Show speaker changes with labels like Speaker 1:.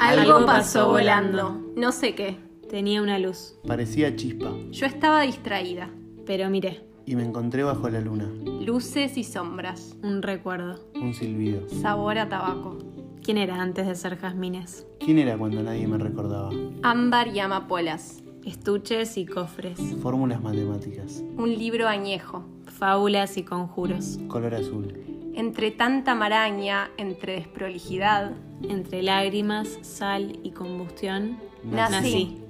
Speaker 1: Algo pasó volando. No sé qué.
Speaker 2: Tenía una luz,
Speaker 3: Parecía chispa
Speaker 1: Yo estaba distraída.
Speaker 2: pero miré,
Speaker 3: y me encontré bajo la luna,
Speaker 1: Luces y sombras.
Speaker 2: un recuerdo.
Speaker 3: un silbido.
Speaker 1: Sabor a tabaco.
Speaker 2: ¿Quién era antes de ser jazmines?
Speaker 3: ¿Quién era cuando nadie me recordaba?
Speaker 1: Ámbar y amapolas.
Speaker 2: Estuches y cofres,
Speaker 3: Fórmulas matemáticas,
Speaker 1: Un libro añejo.
Speaker 2: fábulas y conjuros.
Speaker 3: color azul,
Speaker 1: Entre tanta maraña, entre desprolijidad,
Speaker 2: Entre lágrimas, sal y combustión,
Speaker 1: nací.
Speaker 2: nací.